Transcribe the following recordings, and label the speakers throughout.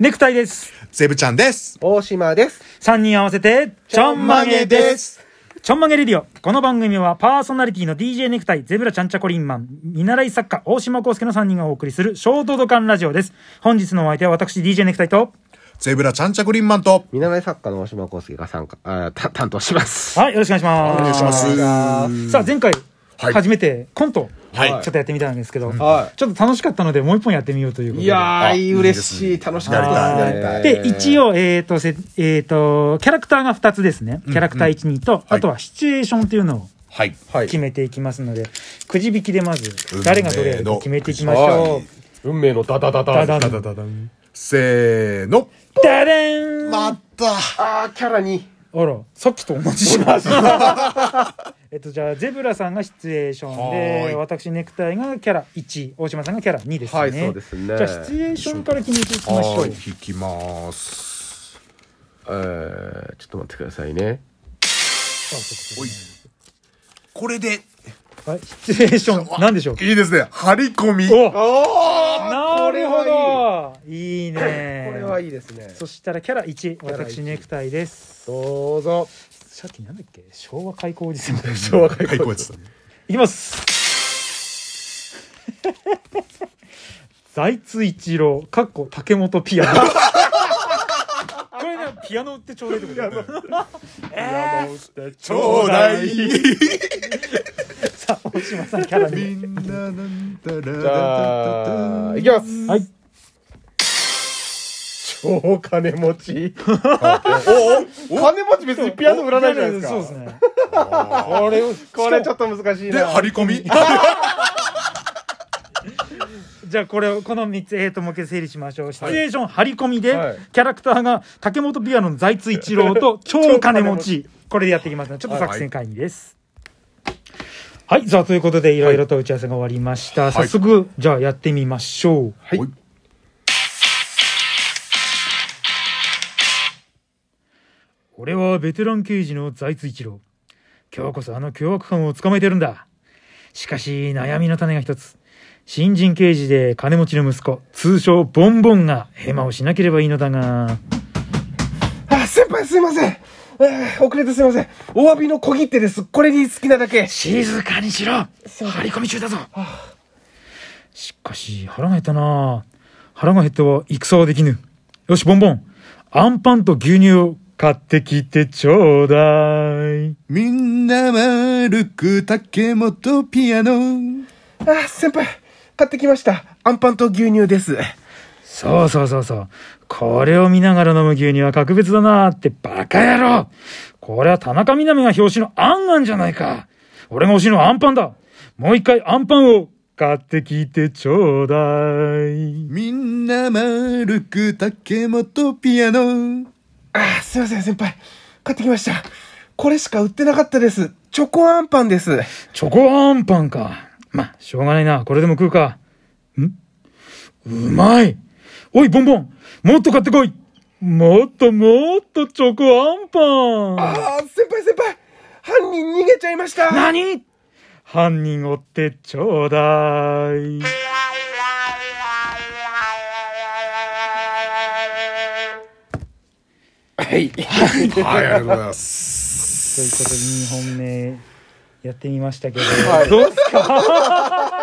Speaker 1: ネクタイです。
Speaker 2: セブちゃんです。
Speaker 3: 大島です。
Speaker 1: 3人合わせて、ちょんまげです。
Speaker 2: す。
Speaker 1: ちょんまげレディオ。この番組はパーソナリティの DJ ネクタイ、ゼブラちゃんちゃこりんマン、見習い作家、大島康介の3人がお送りする、ショートドカンラジオです。本日のお相手は私、DJ ネクタイと、
Speaker 2: ゼブラちゃんちゃグリーンマンと。
Speaker 3: 見習い作家の大島康介が参加、あた担当します。
Speaker 1: はい、よろしくお願いします。
Speaker 2: お願いします。
Speaker 1: さあ、前回、
Speaker 2: はい
Speaker 1: 初めてコント、
Speaker 2: はい
Speaker 1: ちょっとやってみたんですけど、
Speaker 3: は
Speaker 1: ちょっと楽しかったので、もう一本やってみようということ
Speaker 3: い
Speaker 1: で。
Speaker 3: や
Speaker 2: あいい
Speaker 3: ー、
Speaker 2: です
Speaker 3: 嬉しい。楽しか
Speaker 2: やり
Speaker 3: った
Speaker 2: たい
Speaker 3: で
Speaker 2: や
Speaker 3: す
Speaker 2: り
Speaker 3: ね。
Speaker 1: で、一応、えっ、と、せえっ、と、キャラクターが2つですね。キャラクター1、2と、あとはシチュエーションっていうのを
Speaker 2: はい。
Speaker 3: はい
Speaker 1: 決めていきますので、くじ引きでまず
Speaker 2: 運命、の
Speaker 1: 誰がどれやるか決めていきましょう。
Speaker 3: 運命のダダダ
Speaker 1: ダ
Speaker 3: ダ
Speaker 1: ダン
Speaker 2: せーの。
Speaker 1: ダデン
Speaker 2: また。
Speaker 3: あー、キャラに。
Speaker 1: あら、さっきと同じします。 えっと、じゃあ、ゼブラさんがシチュエーション
Speaker 2: はー
Speaker 1: で、
Speaker 2: い
Speaker 1: 私、ネクタイがキャラ1、大島さんがキャラ2ですね。
Speaker 3: はいそうですね
Speaker 1: じゃあ、シチュエーションから決めていきましょ
Speaker 2: は
Speaker 1: う
Speaker 2: い。。引きます。
Speaker 3: えー、ちょっと待ってくださいね。
Speaker 2: おい。これで。
Speaker 1: はい、シチュエーション、なんでしょう
Speaker 2: いいですね。張り込み。
Speaker 1: お
Speaker 3: お
Speaker 1: なるほ
Speaker 3: これ
Speaker 1: どいいね
Speaker 3: これはいいですね。
Speaker 1: そしたらキャラ1
Speaker 3: ャラ
Speaker 1: 私
Speaker 3: 一
Speaker 1: ネクタイです
Speaker 3: どうぞ。
Speaker 1: さっきなんだっけ昭和開港おじさんい
Speaker 3: 昭和
Speaker 2: は
Speaker 3: 開
Speaker 2: い、こうや
Speaker 3: 口
Speaker 2: つ。
Speaker 1: きます 財津一郎かっこ竹本ピアノ これねピアノ売ってちょうだいってことだよ
Speaker 2: ちょうだい。
Speaker 1: さあ大島さんキャラ
Speaker 2: み
Speaker 1: 2
Speaker 2: んななんたら。
Speaker 3: じゃあ、いきます。
Speaker 1: はい
Speaker 3: 超金持ち。おお金持ち別にピアノ売らないじゃないですか。
Speaker 1: そうですね
Speaker 3: これ、これちょっと難しい
Speaker 2: で、
Speaker 3: な。
Speaker 2: 張り込み。
Speaker 1: じゃあこれをこの3つえーともう一回整理しましょうシチュエーション張り込みで、
Speaker 3: はい
Speaker 1: キャラクターが竹本ピアノの財津一郎と超金持ちこれでやっていきますのでちょっと作戦会議ですはい、さあということでいろいろと打ち合わせが終わりました、
Speaker 2: い
Speaker 1: 早速じゃあやってみましょう
Speaker 3: はい
Speaker 2: おい
Speaker 1: 俺はベテラン刑事の財津一郎今日こそあの凶悪犯を捕まえてるんだしかし悩みの種が一つ新人刑事で金持ちの息子通称ボンボンがヘマをしなければいいのだが
Speaker 3: あ、先輩すいません。えー遅れてすいません。お詫びの小切手です。これに好きなだけ。
Speaker 1: 静かにしろ張り込み中だぞしかし腹が減ったな腹が減っては戦はできぬよしボンボンアンパンと牛乳を買ってきてちょうだい
Speaker 2: みんな歩く竹本ピアノ。
Speaker 3: あ、先輩、買ってきました。アンパンと牛乳です。
Speaker 1: そうそうそうそう。これを見ながら飲む牛乳は格別だなーってバカ野郎これは田中みな実が表紙のアンアンじゃないか俺が推しのアンパンだもう一回アンパンを買ってきてちょうだい。
Speaker 2: みんな丸く竹本ピアノ。
Speaker 3: あ、すいません、先輩。買ってきました。これしか売ってなかったです。チョコアンパンです。
Speaker 1: チョコアンパンか。まあ、しょうがないな。これでも食うか。んうまいおい、ボンボンもっと買ってこいもっともっとチョコアンパン
Speaker 3: あー、先輩先輩犯人逃げちゃいました
Speaker 1: 何犯人追ってちょうだい。
Speaker 3: はい。
Speaker 2: はい、ありがとうございます。
Speaker 1: ということで、2本目やってみましたけど、
Speaker 3: はい
Speaker 1: どうですか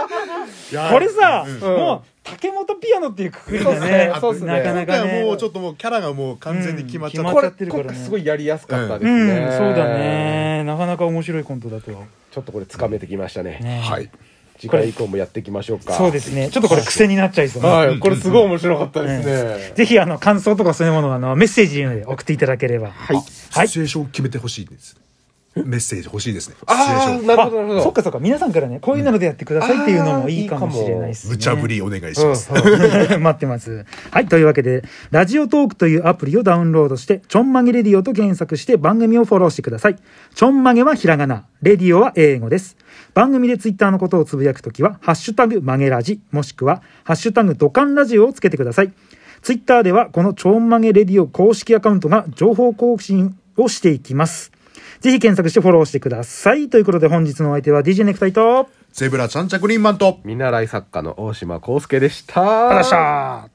Speaker 2: いや
Speaker 1: これさ、
Speaker 2: うん
Speaker 1: もう、竹本ピアノっていうくくりで
Speaker 3: そうっすね
Speaker 1: ね、
Speaker 3: そうっすね
Speaker 1: なかなかね。
Speaker 2: もうちょっともうキャラがもう完全に決まっちゃっ
Speaker 1: うん決
Speaker 2: た。
Speaker 3: こ
Speaker 1: ま
Speaker 3: れ、
Speaker 1: っちゃってるからね
Speaker 3: 今回すごいやりやすかったで
Speaker 1: う
Speaker 3: す
Speaker 1: ん、
Speaker 3: ね。
Speaker 1: そうだ。ね。なかなか面白いコントだとは。
Speaker 3: ちょっとこれ掴めてきましたね。
Speaker 1: ね
Speaker 2: はい。
Speaker 3: 次回以降もやっていきましょうか。
Speaker 1: そうですね。ちょっとこれ癖になっちゃいそうな。
Speaker 3: はい、これすごい面白かったですね。
Speaker 1: ぜひ、あの、感想とかそういうものは、あの、メッセージで送っていただければ。
Speaker 3: はい。
Speaker 1: はい
Speaker 2: シチュエーションを決めてほしいです。メッセージ欲しいですね。シチュエーシ
Speaker 3: あ
Speaker 2: ョ
Speaker 3: あ、
Speaker 2: ン。
Speaker 3: なる
Speaker 1: あ
Speaker 3: ほど、なるほど。
Speaker 1: そっかそっか。皆さんからね、こういうのでやってくださいっていうのもいいかもしれないですね。
Speaker 2: 無茶ぶりお願いし
Speaker 3: う
Speaker 2: ま
Speaker 3: ん
Speaker 2: す。
Speaker 1: 待ってます。はい。というわけで、ラジオトークというアプリをダウンロードして、ちょんまげレディオと検索して番組をフォローしてください。ちょんまげはひらがな、レディオは英語です。番組でツイッターのことをつぶやくときは、ハッシュタグまげラジ、もしくは、ハッシュタグドカンラジオをつけてください。ツイッターでは、このちょんまげレディオ公式アカウントが情報更新をしていきます。ぜひ検索してフォローしてください。ということで、本日のお相手は DJ ネクタイと、
Speaker 2: ゼブラちゃんちゃグリーンマンと。
Speaker 3: 見習い作家の大島康介でした。
Speaker 1: あらっしゃー